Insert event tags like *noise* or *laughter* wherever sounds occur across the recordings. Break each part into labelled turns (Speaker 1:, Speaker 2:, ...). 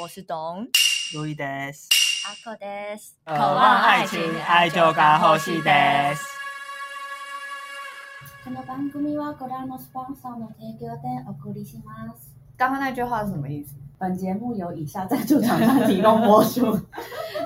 Speaker 1: 我是董
Speaker 2: 路易德斯，
Speaker 1: 阿克德斯，
Speaker 2: 渴望爱情，愛情が欲しいです。
Speaker 3: この番組はご覧のスポンサーの提供でお送りします。
Speaker 4: 刚刚那句话是什么意思？
Speaker 3: 本节目由以下赞助厂商提供播出，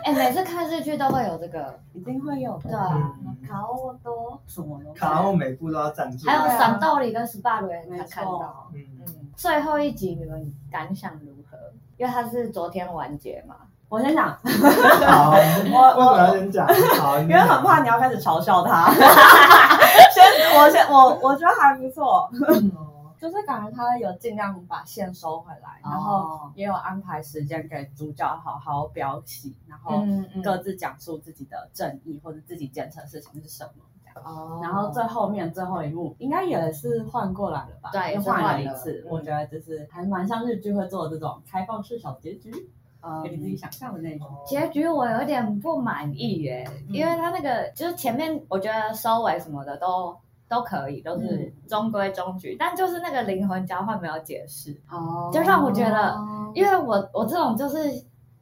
Speaker 4: 哎、每次看日剧都会有这个，
Speaker 3: 一定会有的。
Speaker 4: 对啊
Speaker 2: 嗯
Speaker 3: 卡欧多什么都
Speaker 5: 卡欧每部都要赞
Speaker 4: *laughs*
Speaker 5: 助，
Speaker 4: 还有
Speaker 3: 对啊
Speaker 4: 赏道理跟 SPA 的人
Speaker 3: 没
Speaker 4: 才
Speaker 3: 错
Speaker 4: 看到。
Speaker 5: 嗯，
Speaker 4: 嗯，最后一集你们感想如何？因为它是昨天完结嘛，
Speaker 3: 我先讲，
Speaker 5: 好，
Speaker 3: 我
Speaker 5: *laughs* 为什么要先讲？好，因
Speaker 3: 因为很怕你要开始嘲笑 *laughs* 他。先，我先，我我觉得还不错，嗯就是感觉他有尽量把线收回来，然后
Speaker 4: 哦
Speaker 3: 也有安排时间给主角好好表戏，然后
Speaker 4: 嗯嗯
Speaker 3: 哦各自讲述自己的正义或者自己坚持的事情是什么。这样。
Speaker 4: 哦
Speaker 3: 然后最后面最后一幕应该也是换过来了吧？
Speaker 4: 对
Speaker 3: 又
Speaker 4: 是
Speaker 3: 换
Speaker 4: 换
Speaker 3: 一
Speaker 4: 了
Speaker 3: 次。
Speaker 4: 嗯
Speaker 3: 我觉得就是还蛮像日剧会做的这种开放式小结局，
Speaker 4: 嗯
Speaker 3: 给你自己想象的那种。
Speaker 4: 结局我有点不满意耶，因为他那个就是前面我觉得收尾什么的都都可以，都是中规中矩，但就是那个灵魂交换没有解释，
Speaker 3: 哦
Speaker 4: 就让我觉得，因为我我这种就是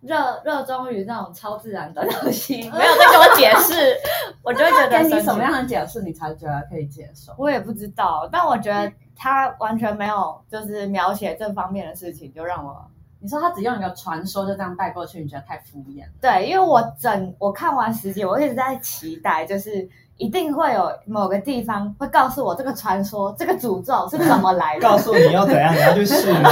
Speaker 4: 热热衷于那种超自然的东西， *laughs* 没有在给我解 *laughs* 释，我就会觉得
Speaker 3: 给你
Speaker 4: 生气
Speaker 3: 什么样的解释你才觉得可以接受？
Speaker 4: 我也不知道，但我觉得他完全没有就是描写这方面的事情，就让我
Speaker 3: 你说他只用一个传说就这样带过去，你觉得太敷衍了？
Speaker 4: 对，因为我整我看完十集，我一直在期待，就是一定会有某个地方会告诉我这个传说、这个诅咒是怎么来 *laughs*
Speaker 5: 告
Speaker 4: 的。
Speaker 5: 诉你要怎样，你要去试吗？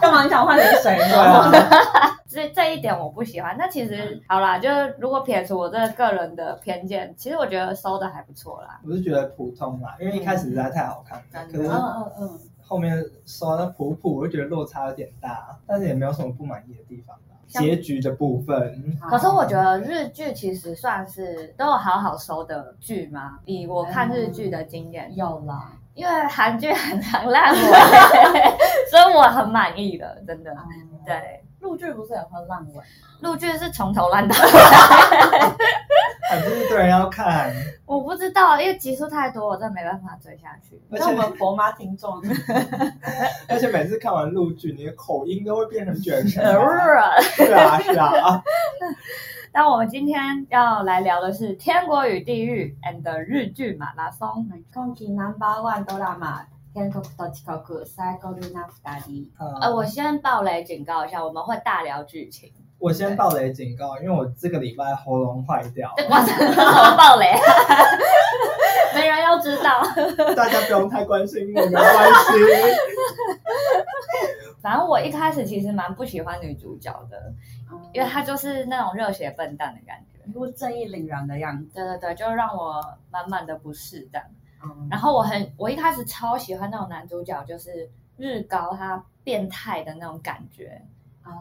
Speaker 3: 干嘛你想换成谁
Speaker 5: 对
Speaker 4: *laughs*
Speaker 3: 呢？
Speaker 5: 啊，
Speaker 4: 这这一点我不喜欢。那其实好啦，就是如果撇除我这个人的偏见，其实我觉得收的还不错啦。
Speaker 5: 我是觉得普通啦，因为一开始实在太好看了，可
Speaker 4: 真
Speaker 3: 嗯
Speaker 5: 是
Speaker 4: 的
Speaker 3: 嗯嗯，
Speaker 5: 后面刷的普普，我就觉得落差有点大，但是也没有什么不满意的地方啦。
Speaker 4: 像
Speaker 5: 结局的部分，
Speaker 3: 好
Speaker 4: 可是我觉得日剧其实算是都有好好收的剧嘛，以我看日剧的经验，
Speaker 3: 有啦。
Speaker 4: 因为韩剧很常烂 *laughs* 尾，所以我很满意的，真的。对，
Speaker 3: 陆剧不是也会烂尾？
Speaker 4: 陆剧是从头烂到 *laughs*
Speaker 5: 还不是对人要看，
Speaker 4: 我不知道，因为集数太多，我真的没办法追下 *laughs* 去。
Speaker 5: 而
Speaker 3: 那我
Speaker 5: 且
Speaker 3: 们婆妈听众，
Speaker 5: 而且每次看完陆剧，你的口音都会变成卷舌。
Speaker 4: *laughs* 呃，
Speaker 5: 是啊是啊啊，
Speaker 4: 那我们今天要来聊的是《天国与地狱》and 日剧马拉松。
Speaker 3: 今期 Number One ドラマ天国と地獄最高の二人。
Speaker 4: 呃，
Speaker 5: 呃，
Speaker 4: 我先暴雷警告一下，我们会大聊剧情。
Speaker 5: 我先暴雷警告，因为我这个礼拜喉咙坏掉了，
Speaker 4: 这哇，这什么暴雷？没人要知道。
Speaker 5: 大家不用太关心我，没关系。
Speaker 4: 反正我一开始其实蛮不喜欢女主角的，因为她就是那种热血笨蛋的感觉。
Speaker 3: 一哦副正义凛然的样子。
Speaker 4: 对对对，就让我满满的不适当。
Speaker 3: 嗯
Speaker 4: 然后我很，我一开始超喜欢那种男主角，就是日高他变态的那种感觉，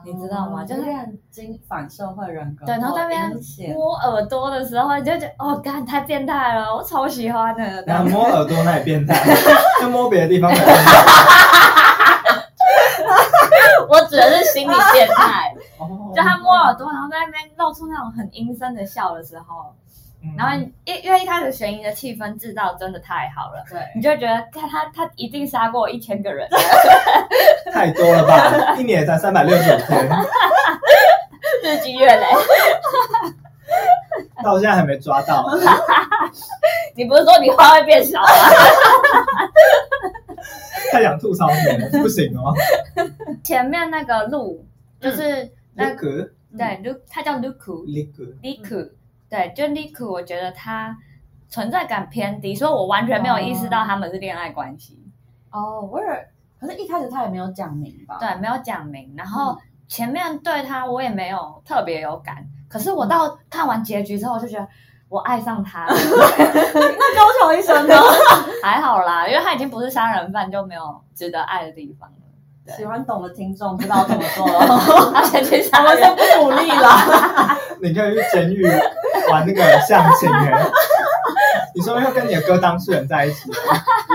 Speaker 4: 你知道吗就是
Speaker 3: 有点经反社会人格，
Speaker 4: 哦对然后在那边
Speaker 3: 阴险
Speaker 4: 摸耳朵的时候你就觉得，哦，干太变态了，我超喜欢的。
Speaker 5: 那摸耳朵那也变 *laughs* 态，就摸别的地方才变态。
Speaker 4: 我指的是心理变态，
Speaker 5: 哦
Speaker 4: 就他摸耳朵，然后在那边露出那种很阴森的笑的时候，
Speaker 5: 嗯
Speaker 4: 然后因因为一开始悬疑的气氛制造真的太好了。
Speaker 3: 对，
Speaker 4: 你就觉得看他，他一定杀过一千个人，
Speaker 5: 嗯太多了吧，一年才三百六十五天，
Speaker 4: 日积月 *laughs* 累。
Speaker 5: 到现在还没抓到。
Speaker 4: 你不是说你话会变少吗？
Speaker 5: 太想吐槽你了，不行哦。
Speaker 4: *laughs* 前面那个路就是那
Speaker 5: 那个
Speaker 4: 对，卢他叫 Luku
Speaker 5: 那个，
Speaker 4: Liku，对，就 Liku，我觉得他存在感偏低，所以我完全没有意识到他们是恋爱关系。
Speaker 3: 哦，我也，可是一开始他也没有讲明吧？，
Speaker 4: 对，没有讲明。然后前面对他我也没有特别有感，可是我到看完结局之后，我就觉得我爱上他 *laughs* 了。
Speaker 3: 那高桥医生呢？
Speaker 4: 还好啦，因为他已经不是杀人犯，就没有值得爱的地方 *laughs* 了。 *laughs* 对
Speaker 3: 喜欢懂的听众知道怎么
Speaker 4: *laughs*
Speaker 3: 做了，
Speaker 4: 他先去
Speaker 3: 我
Speaker 4: 杀
Speaker 3: 们先，
Speaker 4: 人
Speaker 3: 不努力 *laughs* 了。
Speaker 5: 你可以去监狱玩那个相亲哎。你说要跟你的歌当事人在
Speaker 4: *laughs*
Speaker 5: 一起，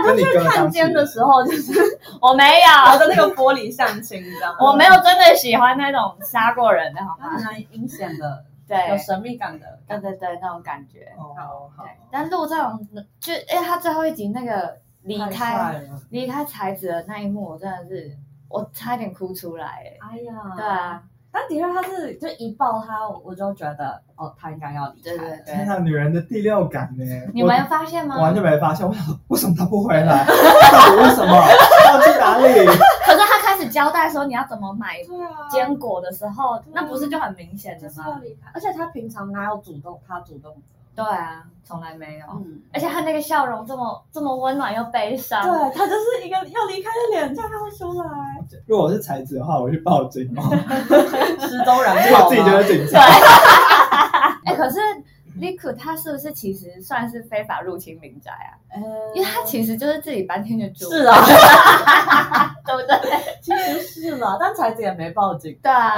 Speaker 5: 跟你歌
Speaker 3: 看
Speaker 5: 当事
Speaker 3: 监
Speaker 5: 人
Speaker 3: 的时候就是
Speaker 4: 我没
Speaker 3: 隔
Speaker 4: *laughs* 有，
Speaker 3: 着那个玻璃相亲，这样。
Speaker 4: 我没有真的喜欢那种杀过人的，好
Speaker 3: 他
Speaker 4: 吗？
Speaker 3: 蛮阴险的，有
Speaker 4: 对，
Speaker 3: 神秘感的。
Speaker 4: 对对对，那种感觉。
Speaker 5: 哦，好
Speaker 4: 对，但录这种就，哎因为他最后一集那个离
Speaker 3: 太
Speaker 4: 开
Speaker 3: 帅了
Speaker 4: 离开才子的那一幕，我真的是我差点哭出来、欸。
Speaker 3: 哎呀，
Speaker 4: 对。啊，
Speaker 3: 但的确，他是就一抱他，我就觉得哦，他应该要离开。*laughs*
Speaker 4: 对对
Speaker 5: 天
Speaker 4: 对，
Speaker 5: 啊，女人的第六感呢？
Speaker 4: 你
Speaker 5: 我
Speaker 4: 没发现
Speaker 5: 我
Speaker 4: 吗？
Speaker 5: 完全没发现，我想说为什么他不回
Speaker 3: *laughs*
Speaker 5: 来？到底为什么？他去哪里？
Speaker 4: 可是他开始交代说你要怎么买
Speaker 3: 对啊
Speaker 4: 坚果的时候，那不是就很明显
Speaker 3: 就
Speaker 4: 的
Speaker 3: 是要
Speaker 4: 吗？
Speaker 3: 离开，而且他平常哪有主动，他主动的，
Speaker 4: 对啊，从来没有。
Speaker 3: 嗯，
Speaker 4: 而且他那个笑容这么这么温暖又悲伤，
Speaker 3: 对他就是一个要离开的脸，叫他会出来，
Speaker 5: 如果我是才子的话，我去报警
Speaker 3: *laughs*
Speaker 5: 哦，
Speaker 3: 失踪人
Speaker 5: 结
Speaker 3: *laughs*
Speaker 5: 果自己就是警察。
Speaker 3: 啊
Speaker 4: 哎、可是 Liku 他是不是其实算是非法入侵民宅啊？因为他其实就是自己搬进去住，
Speaker 3: 呃是啊，
Speaker 4: 对不对？
Speaker 3: 其实是啦，但才子也没报警，
Speaker 4: 对啊，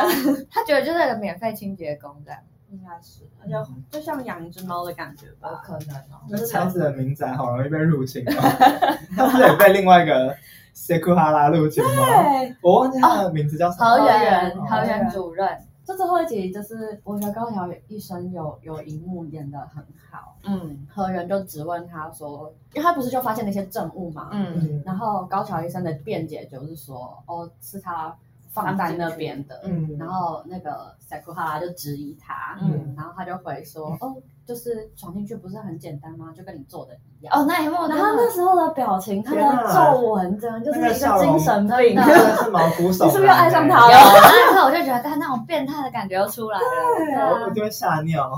Speaker 4: 他觉得就是个免费清洁工这样。
Speaker 3: 应该是，而且就像养一只猫的感觉吧，
Speaker 4: 可能哦
Speaker 5: 那才子的民宅好容易被入侵哦， *laughs* 他不是也被另外一个塞库哈拉入侵吗？
Speaker 3: 对，
Speaker 5: 我忘记他的名字叫什
Speaker 4: 何
Speaker 5: 么。
Speaker 4: 源
Speaker 5: 哦
Speaker 4: 何源主任，
Speaker 3: 这最后一集就是我觉得高桥一生有有一幕演的很好，
Speaker 4: 嗯
Speaker 3: 何人就质问他说，因为他不是就发现那些证物嘛，
Speaker 4: 嗯
Speaker 5: 嗯
Speaker 3: 然后高桥医生的辩解就是说，哦，是他放在那边的。
Speaker 5: 嗯
Speaker 3: 然后那个塞库哈拉就质疑他，
Speaker 5: 嗯
Speaker 3: 然后他就回说，哦，就是闯进去不是很简单吗？就跟你做的一样。
Speaker 4: 哦那一幕
Speaker 3: 然
Speaker 4: 真
Speaker 3: 后那
Speaker 4: 的
Speaker 3: 时候的表情，他
Speaker 5: 天哪
Speaker 3: 的皱纹，真的就是一
Speaker 5: 那
Speaker 3: 个
Speaker 5: 个笑容
Speaker 3: 精神
Speaker 4: 真
Speaker 3: 病。
Speaker 5: *laughs* 真的是毛骨悚然。
Speaker 3: *laughs* 你是不是又爱上他
Speaker 4: 有
Speaker 3: 了
Speaker 4: 那一刻我就觉得他那种变态的感觉又出来了，对
Speaker 5: 欸我我
Speaker 4: 啊
Speaker 5: 就会吓
Speaker 3: *laughs*
Speaker 5: 尿。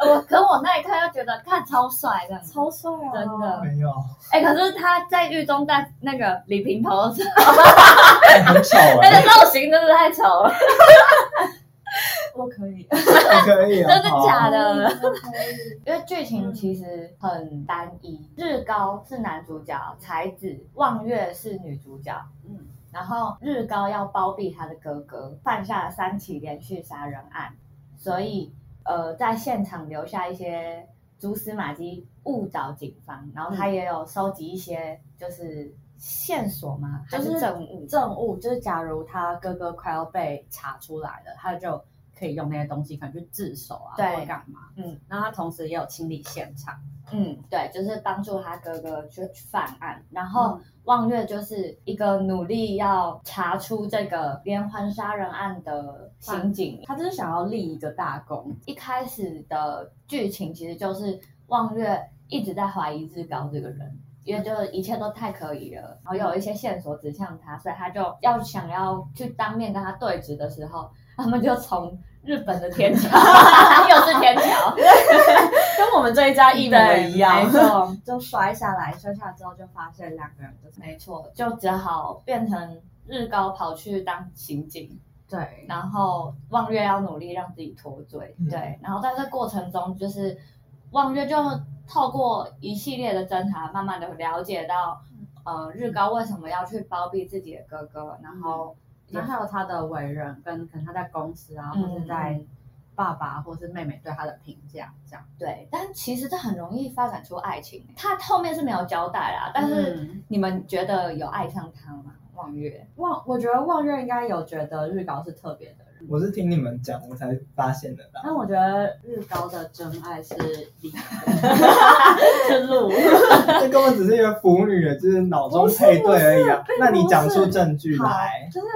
Speaker 4: 我可我那一刻又觉得看超帅的，
Speaker 3: 超帅啊！
Speaker 4: 真的
Speaker 5: 没有，
Speaker 4: 哎、可是他在狱中戴那个李平头的 *laughs* 时候，
Speaker 5: 很丑
Speaker 4: 那个
Speaker 3: *laughs*
Speaker 5: 哎，
Speaker 4: 造型真的太丑了，
Speaker 3: 我可以，
Speaker 5: 还可以哦。
Speaker 4: 真的假的？
Speaker 3: *laughs* 我可以。
Speaker 4: 因为剧
Speaker 3: 嗯
Speaker 4: 情其实很单一，日高是男主角，才子望月是女主角，
Speaker 3: 嗯
Speaker 4: 然后日高要包庇他的哥哥，犯下了三起连续杀人案，所以呃在现场留下一些蛛丝马迹，误导警方，
Speaker 3: 嗯
Speaker 4: 然后他也有收集一些就是线索嘛，还
Speaker 3: 就是
Speaker 4: 是证物，
Speaker 3: 证物就是，假如他哥哥快要被查出来了，他就可以用那些东西，可能去自首啊，
Speaker 4: 对
Speaker 3: 或干嘛。
Speaker 4: 嗯，
Speaker 3: 然后他同时也有清理现场。
Speaker 4: 嗯，对，就是帮助他哥哥去犯案，然
Speaker 3: 嗯
Speaker 4: 后望月就是一个努力要查出这个连环杀人案的刑警。
Speaker 3: 他就是想要立一个大功，
Speaker 4: 一开始的剧情其实就是望月一直在怀疑日高这个人，
Speaker 3: 嗯
Speaker 4: 因为就是一切都太可疑了，然后有一些线索指向他，所以他就要想要去当面跟他对质的时候，他们就从日本的天桥， *laughs* 又是天桥， *laughs*
Speaker 3: 跟我们这一家一模
Speaker 4: 对
Speaker 3: 一样
Speaker 4: 没，错。
Speaker 3: 就摔下来，摔下之后就发现两个人就是
Speaker 4: 没错，就只好变成日高跑去当刑警，
Speaker 3: 对，
Speaker 4: 然后望月要努力让自己脱罪。
Speaker 5: 嗯
Speaker 4: 对，然后在这过程中，就是望月就透过一系列的侦查，慢慢的了解到，呃，日高为什么要去包庇自己的哥哥，然后也
Speaker 3: 然后还有他的为人跟可能他在公司啊，
Speaker 4: 嗯
Speaker 3: 或是在爸爸或是妹妹对他的评价这样。
Speaker 4: 对，但其实这很容易发展出爱情。欸他后面是没有交代啦，但是
Speaker 3: 嗯
Speaker 4: 你们觉得有爱上他吗？望月，
Speaker 3: 望，我觉得望月应该有觉得日高是特别的人，
Speaker 5: 我是听你们讲，我才发现的啦。
Speaker 3: 但我觉得日高的真爱是李
Speaker 4: 嗯
Speaker 3: 是路，
Speaker 5: *laughs* 这根本只是一个腐女，就是脑中配对而已啊。那你讲出证据来，
Speaker 3: 就是。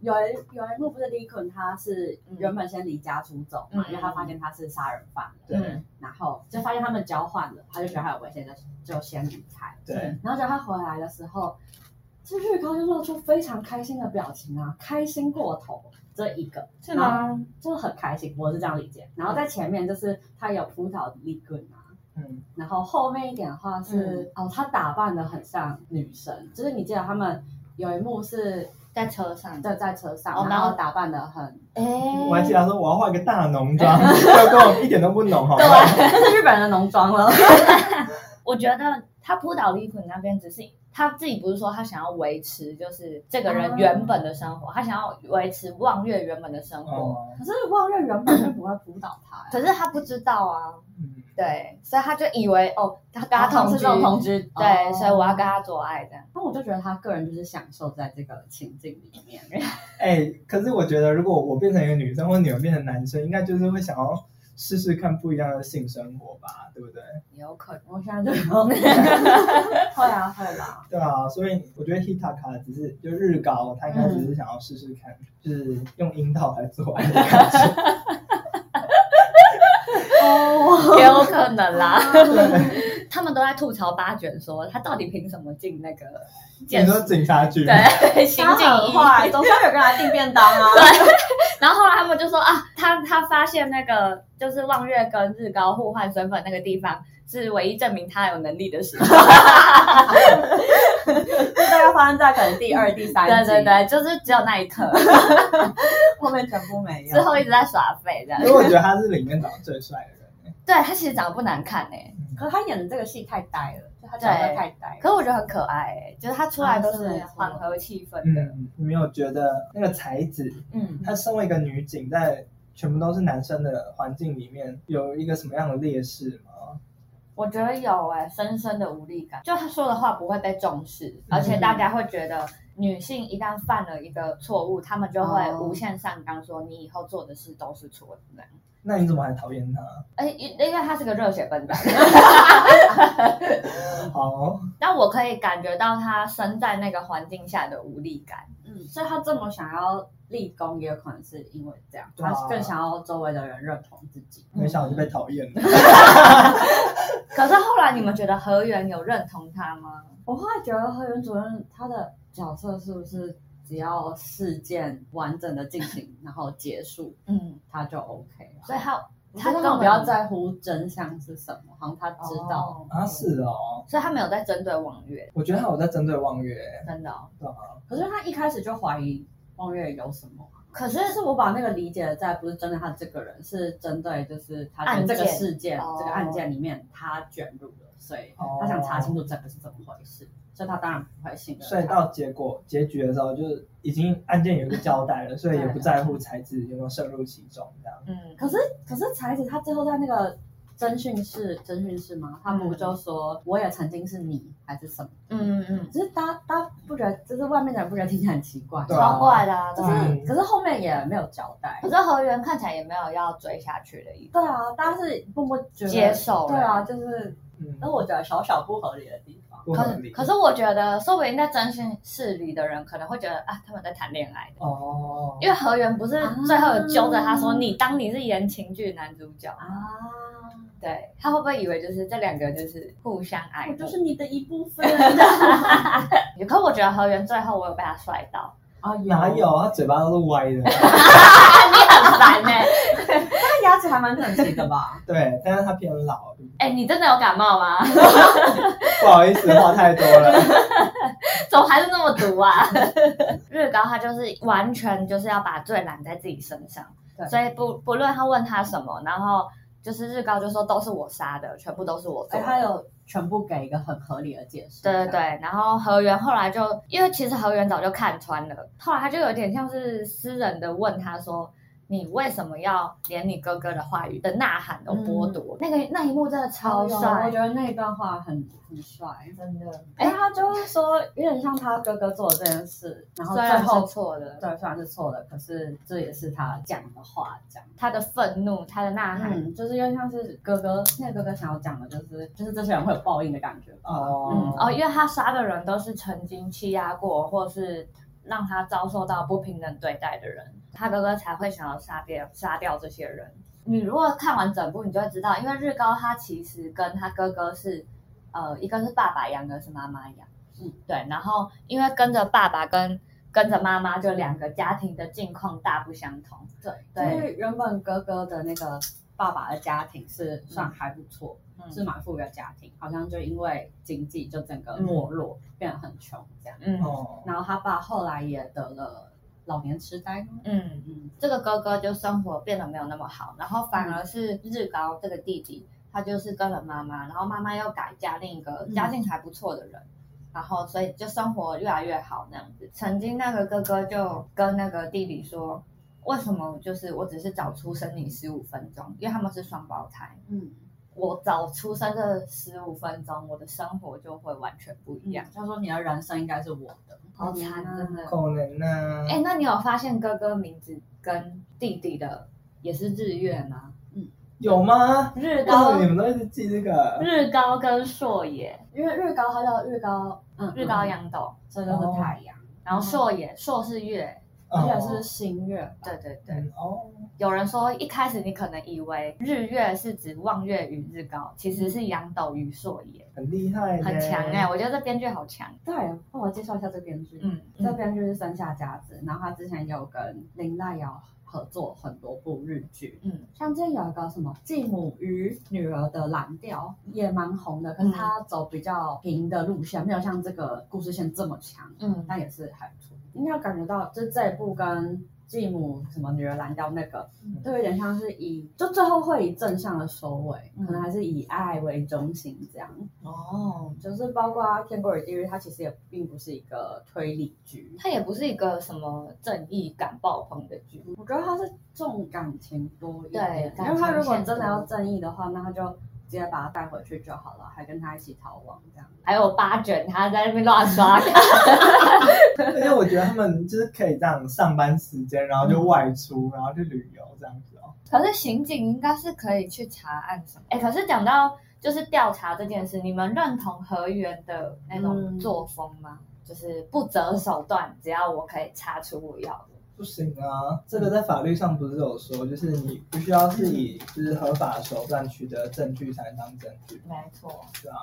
Speaker 3: 有一有一幕不是李坤，他是原本先离家出走嘛，
Speaker 4: 嗯
Speaker 3: 因为他发现他是杀人犯了，
Speaker 5: 对
Speaker 4: 嗯
Speaker 3: 然后就发现他们交换了，他就觉得他有危险，就就先离开。
Speaker 5: 对，
Speaker 3: 然后就他回来的时候，这日高就露出非常开心的表情啊，开心过头，这一个
Speaker 4: 是吗？嗯
Speaker 3: 就是很开心，我是这样理解。然后在前面就是他有辅导立棍啊，
Speaker 5: 嗯，
Speaker 3: 然后后面一点的话是、
Speaker 4: 嗯
Speaker 3: 哦，他打扮的很像女神，就是你记得他们有一幕是
Speaker 4: 在车上，
Speaker 3: 在在车上，
Speaker 4: 哦
Speaker 3: 然
Speaker 4: 然
Speaker 3: 后
Speaker 4: 后
Speaker 3: 打扮的很，
Speaker 4: 哎，
Speaker 5: 嗯我还记得他说我要画一个大浓妆， *laughs* 结果一点都不浓，好不 *laughs* 好？
Speaker 3: 这是日本人的浓妆
Speaker 4: *laughs*
Speaker 3: 了，
Speaker 4: 我觉得他扑倒利坤那边，只是他自己不是说他想要维持，就是这个人原本的生活，他想要维持望月原本的生活，
Speaker 5: 哦
Speaker 3: 可是望月原本就不会辅导他呀。
Speaker 4: 可是他不知道啊，
Speaker 5: 嗯
Speaker 4: 对，所以他就以为哦，他跟他
Speaker 3: 同
Speaker 4: 同
Speaker 3: 是
Speaker 4: 居，
Speaker 3: 这种同居，
Speaker 4: 对，
Speaker 3: 哦
Speaker 4: 所以我要跟他做爱
Speaker 5: *laughs*
Speaker 4: 这样。
Speaker 3: 那我就觉得他个人就是享受在这个情境里
Speaker 4: *laughs*
Speaker 3: 面，
Speaker 5: 哎、可是我觉得，如果我变成一个女生，或你们变成男生，应该就是会想要试试看不一样的性生活吧，对不对？
Speaker 4: 有可能。
Speaker 3: 我现在就
Speaker 4: *laughs*
Speaker 3: 会啊会啦，
Speaker 5: 对啊，所以我觉得 Hitaka 只是就日高，他应该只是想要试试看，就是用阴道来做爱的感 *laughs* 觉。
Speaker 3: 哦，
Speaker 4: 也有可能啦，
Speaker 5: 哦
Speaker 4: *laughs* 他们都在吐槽八卷说他到底凭什么进那个
Speaker 5: 你说警察局吗？
Speaker 4: *laughs* 对刑
Speaker 3: 他
Speaker 4: 警
Speaker 3: 很
Speaker 4: 一，
Speaker 3: 坏，总是有人来订便当
Speaker 4: *laughs*
Speaker 3: 啊。
Speaker 4: 然后后来他们就说啊，他他发现那个就是望月跟日高互换身份那个地方是唯一证明他有能力的 *laughs* 时候，
Speaker 3: 这大概发生在可能第二、第三
Speaker 4: 对
Speaker 3: 集，
Speaker 4: 对，对，就是只有那一 *laughs* 刻，
Speaker 3: 后面全部没有。
Speaker 4: 之后一直在耍废这样
Speaker 5: *laughs* 因。为我觉得他是里面长得最帅的人欸。
Speaker 4: 对他其实长得不难看哎、
Speaker 3: 可是他演的这个戏太呆了，就他角色太呆
Speaker 4: 可
Speaker 3: 了。
Speaker 4: 是我觉得很可爱哎、就是他出来都是
Speaker 3: 啊是啊
Speaker 4: 缓和气氛的，
Speaker 5: 嗯，你没有觉得那个才子，
Speaker 4: 嗯，
Speaker 5: 他身为一个女警，在全部都是男生的环境里面，有一个什么样的劣势吗？
Speaker 4: 我觉得有哎、深深的无力感。就他说的话不会被重视，而且大家会觉得女性一旦犯了一个错误，他们就会
Speaker 3: 哦
Speaker 4: 无限上纲，说你以后做的事都是错的这样。
Speaker 5: 那你怎么还讨厌他？
Speaker 4: 而且哎因因为他是个热血笨蛋， *laughs*
Speaker 5: 好，
Speaker 4: 但我可以感觉到他身在那个环境下的无力感。
Speaker 3: 嗯，所以他这么想要立功，也有可能是因为这样，
Speaker 5: 对啊
Speaker 3: 他更想要周围的人认同自己。嗯
Speaker 5: 没想到就被讨厌了。
Speaker 4: 可是后来你们觉得河源有认同他吗？
Speaker 3: 我后来觉得何源主任他的角色是不是只要事件完整的进行，然后结束，
Speaker 4: 嗯，
Speaker 3: 他就 OK 了。
Speaker 4: 所以他
Speaker 3: 他
Speaker 4: 他
Speaker 3: 根
Speaker 4: 根
Speaker 3: 本
Speaker 4: 本
Speaker 3: 不要在乎真相是什么，好像他知道。
Speaker 4: 哦
Speaker 5: 啊，是哦，
Speaker 4: 所以他没有在针对王月，
Speaker 5: 我觉得他有在针对望月，
Speaker 4: 真的、哦。
Speaker 5: 对啊，
Speaker 3: 可是他一开始就怀疑望月有什么。
Speaker 4: 可是
Speaker 3: 但是我把那个理解在不是针对他这个人，是针对就是他觉得
Speaker 4: 案
Speaker 3: 这
Speaker 4: 件
Speaker 3: 个事件、
Speaker 4: 哦
Speaker 3: 这个案件里面他卷入了，所以
Speaker 5: 哦
Speaker 3: 他想查清楚这个是怎么回事，所以他当然不会信任
Speaker 5: 所以
Speaker 3: 他。
Speaker 5: 到结果结局的时候，就是已经案件有一个交代了，所以也不在乎才子有没有涉入其中这样。
Speaker 4: 嗯，
Speaker 3: 可是可是才子他最后在那个侦讯室，侦讯室吗？他们不就说、我也曾经是你还是什么？
Speaker 4: 嗯嗯嗯，
Speaker 3: 只是大家大家不觉得，就是外面的人不觉得听起来很奇怪，
Speaker 5: 对啊
Speaker 4: 超怪的、啊，
Speaker 3: 可、
Speaker 4: 就是是
Speaker 5: 嗯
Speaker 3: 可是后面也没有交代
Speaker 4: 可。是河源看起来也没有要追下去的意思，
Speaker 3: 对啊，大家是默默觉得
Speaker 4: 接受了
Speaker 3: 对啊，就是
Speaker 5: 嗯，
Speaker 3: 那我觉得小小不合理的地方。
Speaker 5: 不
Speaker 4: 可
Speaker 5: 合
Speaker 4: 是
Speaker 5: 理。
Speaker 4: 可是我觉得，说不定在真心室里的人可能会觉得啊，他们在谈恋爱。
Speaker 5: 哦，
Speaker 4: 因为河源不是最后有揪着他
Speaker 5: 啊
Speaker 4: 说：“你当你是言情剧男主角，
Speaker 3: 啊，
Speaker 4: 对他会不会以为就是这两个就是互相爱
Speaker 3: 我
Speaker 4: 慕？”
Speaker 3: 啊哦就是你的一部分
Speaker 4: 可我觉得河源最后我有被他帅
Speaker 3: *laughs*
Speaker 4: 到，
Speaker 3: *laughs* 啊，
Speaker 5: 哪有？他嘴巴都是
Speaker 3: *laughs*
Speaker 5: 歪的。
Speaker 4: 你很烦哎、
Speaker 3: 他牙齿还蛮整齐的 *laughs* 吧？
Speaker 5: 对，但是他偏老，
Speaker 4: 哎、你真的有感冒吗？ *laughs*
Speaker 5: 不好意思，话太多了。
Speaker 4: 怎么还是那么毒啊？ *laughs* 日高他就是完全就是要把罪揽在自己身上，
Speaker 3: 对
Speaker 4: 所以不不论他问他什么，然后就是日高就说都是我杀的，全部都是我做
Speaker 3: 哎，
Speaker 4: 的。
Speaker 3: 他有全部给一个很合理的解释。
Speaker 4: 对对对，然后河源后来就因为其实河源早就看穿了，后来他就有点像是私人的问他说。你为什么要连你哥哥的话语的呐喊都剥夺？那个那一幕真的超
Speaker 3: 嗯超帅，我
Speaker 4: 帅
Speaker 3: 觉，得那一段话很很帅。
Speaker 4: 真的。
Speaker 3: 哎，他就是说有点像他哥哥做的这件事，然后
Speaker 4: 虽
Speaker 3: 最
Speaker 4: 然
Speaker 3: 后
Speaker 4: 是错的，
Speaker 3: 对虽然是错的，可是这也是他讲的话，这样。
Speaker 4: 他的愤怒，他的呐喊，
Speaker 3: 嗯，就是有点像是哥哥那个哥哥想要讲的，就是就是这些人会有报应的感觉吧。
Speaker 4: 嗯
Speaker 5: 哦，
Speaker 4: 哦，因为他杀的人都是曾经欺压过，或是让他遭受到不平等对待的人，他哥哥才会想要杀掉杀掉这些人。你如果看完整部，你就会知道，因为日高他其实跟他哥哥是，呃，一个是爸爸养，一个是妈妈养，
Speaker 3: 嗯，
Speaker 4: 对。然后因为跟着爸爸跟跟着妈妈，就两个家庭的境况大不相同，
Speaker 3: 对，
Speaker 4: 对
Speaker 3: 因为原本哥哥的那个爸爸的家庭是算还不错，
Speaker 4: 嗯
Speaker 3: 是蛮富裕的家庭，好像就因为经济就整个没落，变得很穷这样。
Speaker 4: 嗯
Speaker 5: 哦，
Speaker 3: 然后他爸后来也得了老年痴呆吗，
Speaker 4: 嗯，
Speaker 3: 嗯，
Speaker 4: 这个哥哥就生活变得没有那么好，然后反而是日高这个弟弟，他就是跟了妈妈，然后妈妈又改嫁另一个
Speaker 3: 嗯
Speaker 4: 家境还不错的人，然后所以就生活越来越好那样子。曾经那个哥哥就跟那个弟弟说，为什么就是我只是早出生你十五分钟，因为他们是双胞胎，
Speaker 3: 嗯，
Speaker 4: 我早出生这十五分钟，我的生活就会完全不一样，
Speaker 3: 他说你的人生应该是我的，
Speaker 4: 好惨，嗯哦真的。
Speaker 5: 可能呢。
Speaker 4: 哎、那你有发现哥哥名字跟弟弟的也是日月吗？
Speaker 3: 嗯，
Speaker 5: 有吗？
Speaker 4: 日
Speaker 5: 为什
Speaker 4: 高
Speaker 5: 么你们都一直记这个？
Speaker 4: 日高跟硕野，
Speaker 3: 因为日高它叫日高，
Speaker 4: 嗯，哦日高阳斗，
Speaker 3: 所以就是太阳，
Speaker 4: 然后硕野硕是月，
Speaker 3: 而且
Speaker 5: 哦
Speaker 3: 是新月吧。
Speaker 4: 对对对。
Speaker 5: 嗯哦，
Speaker 4: 有人说一开始你可能以为日月是指望月与日高，其实是阳斗与硕野，
Speaker 5: 很厉害呢，
Speaker 4: 很强哎、我觉得这编剧好强。
Speaker 3: 对，帮我介绍一下这编剧。
Speaker 4: 嗯，
Speaker 3: 这编剧是山下佳子，然后他之前有跟林黛瑶合作很多部日剧，
Speaker 4: 嗯，
Speaker 3: 像之前有一个什么《继母与女儿的蓝调》也蛮红的，可是他走比较平的路线，没有像这个故事线这么强，
Speaker 4: 嗯
Speaker 3: 但也是还不错。应该感觉到，就这一部跟继母什么女儿蓝调那个，
Speaker 4: 嗯
Speaker 3: 都有点像是以，就最后会以正向的收尾，
Speaker 4: 嗯
Speaker 3: 可能还是以爱为中心这样。
Speaker 4: 哦，
Speaker 3: 就是包括《天国与地狱》，它其实也并不是一个推理剧，
Speaker 4: 它也不是一个什么正义感爆棚的剧，
Speaker 3: 我觉得它是重感情多一点
Speaker 4: 对，
Speaker 3: 因为它如果
Speaker 4: 感情线多
Speaker 3: 真的要正义的话，那他就直接把他带回去就好了，还跟他一起逃亡这样。
Speaker 4: 还有八卷他在那边乱刷卡，
Speaker 5: 而且我觉得他们就是可以这样上班时间，然后就外出，然后去旅游这样子哦。
Speaker 4: 可是刑警应该是可以去查案什么。哎，可是讲到就是调查这件事，你们认同河源的那种
Speaker 3: 嗯
Speaker 4: 作风吗？就是不择手段，只要我可以查出我要的。
Speaker 5: 不行啊，这个在法律上不是有说，就是你必须要是以
Speaker 4: 嗯
Speaker 5: 就是合法手段取得证据才能当证据，
Speaker 4: 没错，
Speaker 5: 是啊。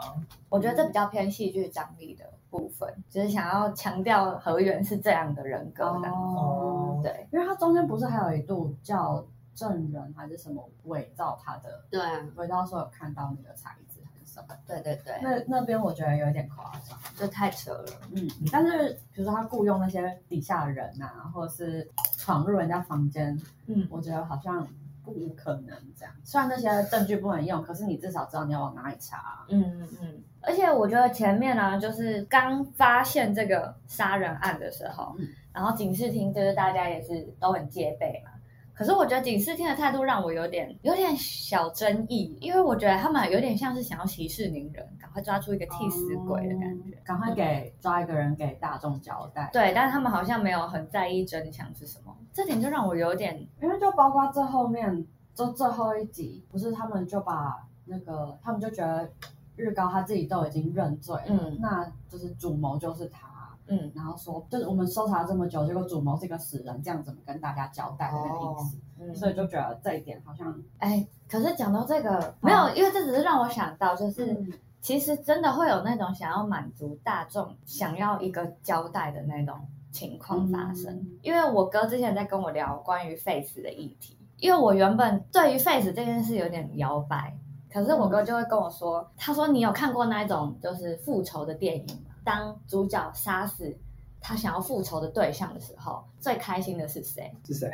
Speaker 4: 我觉得这比较偏戏剧张力的部分，就是想要强调河源是这样的人格的。
Speaker 5: 哦，
Speaker 4: 对
Speaker 3: 因为它中间不是还有一度叫证人还是什么伪造他的，
Speaker 6: 对，
Speaker 4: 啊
Speaker 3: 伪造说有看到那个材质还是什么，
Speaker 4: 对对对，
Speaker 3: 那那边我觉得有点夸张。
Speaker 4: 这太扯了。
Speaker 3: 嗯，但是比如说他雇佣那些底下的人呐、或者是闯入人家房间，
Speaker 4: 嗯
Speaker 3: 我觉得好像不无可能这样。虽然那些证据不能用，可是你至少知道你要往哪里查啊、
Speaker 4: 嗯嗯嗯，而且我觉得前面呢、就是刚发现这个杀人案的时候，
Speaker 3: 嗯
Speaker 4: 然后警视厅就是大家也是都很戒备嘛。可是我觉得警视厅的态度让我有点有点小争议，因为我觉得他们有点像是想要息事宁人，赶快抓住一个替死鬼的感觉。
Speaker 3: 哦赶快给抓一个人给大众交代。
Speaker 4: 对，但是他们好像没有很在意真相是什么，这点就让我有点
Speaker 3: 因为就包括最后面，就最后一集，不是他们就把那个，他们就觉得日高他自己都已经认罪了，
Speaker 4: 嗯
Speaker 3: 那就是主谋就是他。
Speaker 4: 嗯
Speaker 3: 然后说，就是我们搜查这么久，结果主谋是个死人，这样怎么跟大家交代的那个意思？
Speaker 4: 嗯
Speaker 3: 所以就觉得这一点好像
Speaker 4: 哎，可是讲到这个，没有，因为这只是让我想到，就是、
Speaker 3: 嗯
Speaker 4: 其实真的会有那种想要满足大众、想要一个交代的那种情况发生。
Speaker 3: 嗯
Speaker 4: 因为我哥之前在跟我聊关于 face 的议题，因为我原本对于 face 这件事有点摇摆，可是我哥就会跟我说，他说你有看过那一种就是复仇的电影吗？当主角杀死。他想要复仇的对象的时候，最开心的是谁？
Speaker 5: 是谁？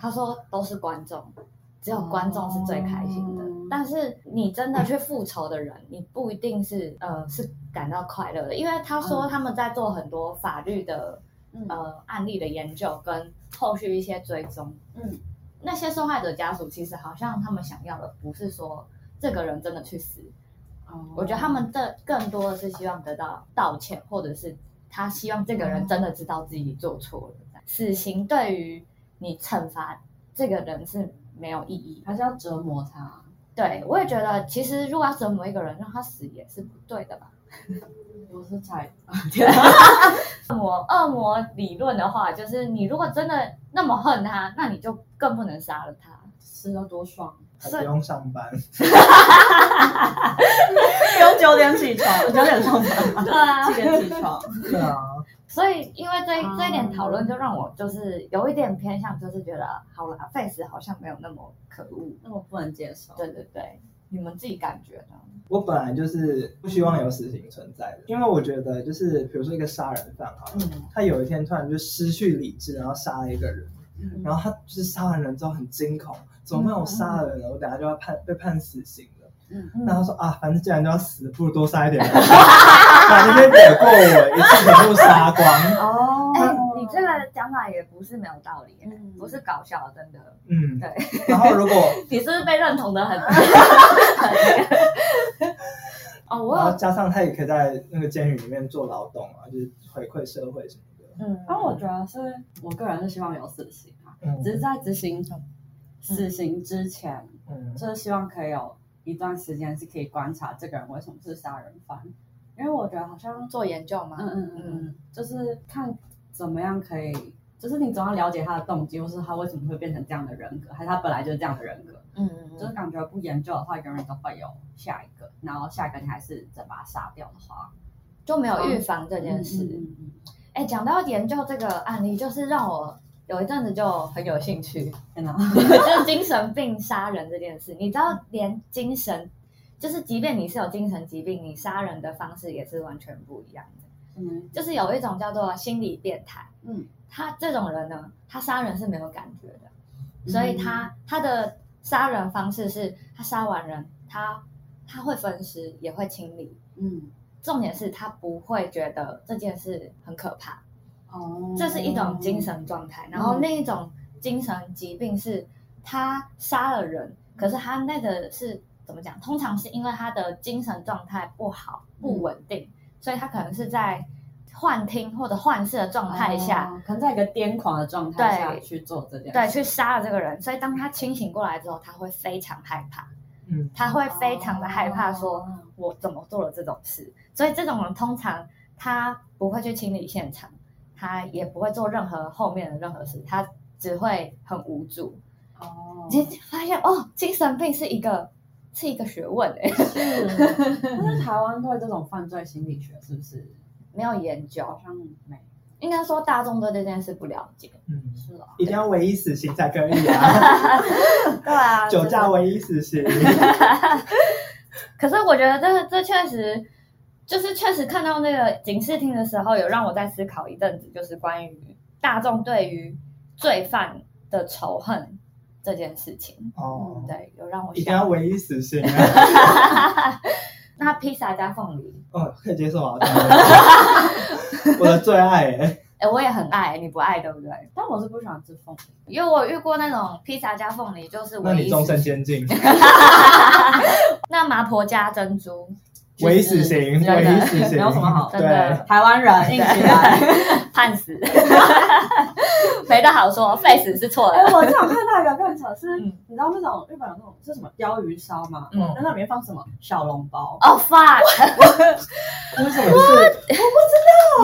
Speaker 4: 他说都是观众，只有观众是最开心的。
Speaker 3: 哦
Speaker 4: 但是你真的去复仇的人，你不一定是呃是感到快乐的，因为他说他们在做很多法律的、
Speaker 3: 嗯
Speaker 4: 呃案例的研究跟后续一些追踪，
Speaker 3: 嗯，
Speaker 4: 那些受害者家属其实好像他们想要的不是说这个人真的去死，
Speaker 3: 哦
Speaker 4: 我觉得他们的更多的是希望得到道歉，或者是他希望这个人真的知道自己做错了。这样死刑对于你惩罚这个人是没有意义的。
Speaker 3: 还是要折磨他。
Speaker 4: 对我也觉得，其实如果要折磨一个人，让他死也是不对的吧。
Speaker 3: 我是才， *laughs*
Speaker 4: 恶魔恶魔理论的话，就是你如果真的那么恨他，那你就更不能杀了他。
Speaker 3: 吃的多爽，
Speaker 5: 还不用上
Speaker 4: *laughs*
Speaker 5: 班，
Speaker 3: *laughs* 不用九点起床，九点上班，
Speaker 4: 对啊
Speaker 3: 七点起床。
Speaker 5: 对啊，
Speaker 4: 所以，因为这
Speaker 3: 啊
Speaker 4: 这一点讨论，就让我就是有一点偏向，就是觉得啊好啦，face 好像没有那么可恶。
Speaker 3: *laughs* 那我不能接受。
Speaker 4: 对对对，你们自己感觉呢？
Speaker 5: 我本来就是不希望有死刑存在的，因为我觉得就是比如说一个杀人犯好了，
Speaker 4: 嗯
Speaker 5: 他有一天突然就失去理智，然后杀了一个人，
Speaker 4: 嗯
Speaker 5: 然后他就是杀完人之后很惊恐，怎么办？我杀了人了，我等下就要判被判死刑了。
Speaker 3: 嗯
Speaker 5: 那他说啊，反正既然都要死，不如多杀一点人， *laughs* 把那些惹过我一次全部杀光。
Speaker 3: 哦，
Speaker 4: 哎、你这个讲法也不是没有道理耶、
Speaker 3: 嗯
Speaker 4: 不是搞笑，真的。
Speaker 5: 嗯，
Speaker 4: 对，
Speaker 5: 然后如果
Speaker 4: 你是不是被认同的很？哦， *laughs* 我
Speaker 5: 然后
Speaker 4: 有，
Speaker 5: 加上他也可以在那个监狱里面做劳动啊，就是回馈社会什么的。
Speaker 4: 嗯，
Speaker 3: 然后我觉得是我个人是希望有死刑啊，
Speaker 5: 嗯
Speaker 3: 只是在执行死刑之前，
Speaker 5: 嗯，
Speaker 3: 就是希望可以有一段时间是可以观察这个人为什么是杀人犯，因为我觉得好像，
Speaker 7: 做研究嘛，
Speaker 3: 嗯嗯嗯嗯，就是看怎么样可以，就是你总要了解他的动机，或是他为什么会变成这样的人格，还是他本来就是这样的人格，
Speaker 7: 嗯嗯
Speaker 3: 就是感觉不研究的话，永远都会有下一个，然后下一个你还是再把他杀掉的话，
Speaker 4: 就没有预防这件事。
Speaker 3: 嗯嗯嗯
Speaker 4: 哎，讲到研究这个案例，就是让我有一阵子就很有兴 *laughs* 趣，
Speaker 3: 天 *laughs* 哪，
Speaker 4: 就是精神病杀人这件事。你知道，连精神，就是即便你是有精神疾病，你杀人的方式也是完全不一样的。
Speaker 3: 嗯
Speaker 4: 就是有一种叫做心理变态，
Speaker 3: 嗯，
Speaker 4: 他这种人呢，他杀人是没有感觉的，所以他、他的杀人方式是，他杀完人，他他会分尸，也会清理。
Speaker 3: 嗯，
Speaker 4: 重点是他不会觉得这件事很可怕，
Speaker 3: 哦，
Speaker 4: 这是一种精神状态。然后另一种精神疾病是，他杀了人，可是他那个是怎么讲？通常是因为他的精神状态不好、不稳定，所以他可能是在幻听或者幻视的状态下，
Speaker 3: 哦可能在一个癫狂的状态下
Speaker 4: 对
Speaker 3: 去做这件事，
Speaker 4: 对，去杀了这个人。所以当他清醒过来之后，他会非常害怕，
Speaker 5: 嗯
Speaker 4: 他会非常的害怕说。
Speaker 3: 哦
Speaker 4: 我怎么做了这种事？所以这种人通常他不会去清理现场，他也不会做任何后面的任何事，他只会很无助。
Speaker 3: 哦，
Speaker 4: 你就发现哦，精神病是一个是一个学问
Speaker 3: *laughs*
Speaker 4: 哎、
Speaker 3: 是，但是台湾对这种犯罪心理学是不是
Speaker 4: *laughs* 没有研究
Speaker 3: 好，像没
Speaker 4: 应该说大众对这件事不了解。
Speaker 5: 嗯，
Speaker 3: 是啊？
Speaker 5: 一定要唯一死刑才可以啊，
Speaker 3: *laughs*
Speaker 4: 对啊
Speaker 5: *laughs* 酒驾唯一死刑，
Speaker 4: 可是我觉得这这确实，就是确实看到那个警视厅的时候，有让我在思考一阵子，就是关于大众对于罪犯的仇恨这件事情。
Speaker 5: 哦，
Speaker 4: 嗯对，有让我
Speaker 5: 一定要
Speaker 4: 想。
Speaker 5: 唯一死刑啊，
Speaker 3: *laughs*
Speaker 4: 那披萨加凤梨，
Speaker 5: 哦，可以接受啊，当然
Speaker 3: *laughs*
Speaker 5: 我的最爱欸，
Speaker 4: 哎，我也很爱，你不爱对不对？
Speaker 3: 但我是不喜欢吃凤梨，
Speaker 4: 因为我遇过那种披萨加凤梨，就是
Speaker 5: 那
Speaker 4: 唯
Speaker 5: 你
Speaker 4: 一
Speaker 5: 终身监
Speaker 3: *laughs*
Speaker 5: 禁，
Speaker 4: 那麻婆加珍珠，
Speaker 5: 唯一死刑，
Speaker 3: 真的
Speaker 5: 唯一死刑，
Speaker 3: 没有什么好
Speaker 4: 真的
Speaker 5: 对，
Speaker 3: 台湾人硬起来。
Speaker 4: 判死， *laughs* 没得好说，废死是错
Speaker 3: 哎，
Speaker 4: 的。
Speaker 3: 我之前有看到一个更扯，是
Speaker 4: 嗯
Speaker 3: 你知道那种日本有那种是什么鲷鱼烧吗？哦
Speaker 4: 嗯
Speaker 3: 那那里面放什么小笼
Speaker 4: *laughs*
Speaker 3: 包？
Speaker 4: 哦、fuck，
Speaker 5: 为什
Speaker 3: *laughs*
Speaker 5: 么是？我不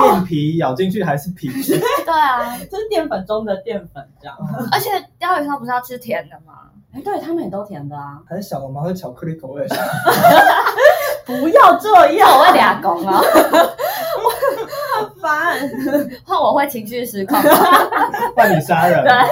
Speaker 5: 知道，面皮咬进去还是皮？
Speaker 4: 对啊，
Speaker 3: 就是淀粉中的淀粉这样。
Speaker 4: 而且鲷鱼烧不是要吃甜的吗？
Speaker 3: 哎，对他们也都甜的啊。
Speaker 5: 还是小笼包是巧克力口味？
Speaker 3: 不要这样，
Speaker 4: 我会俩拱哦，
Speaker 3: 烦。
Speaker 4: 换我会情绪失控。
Speaker 5: 换你杀人，啊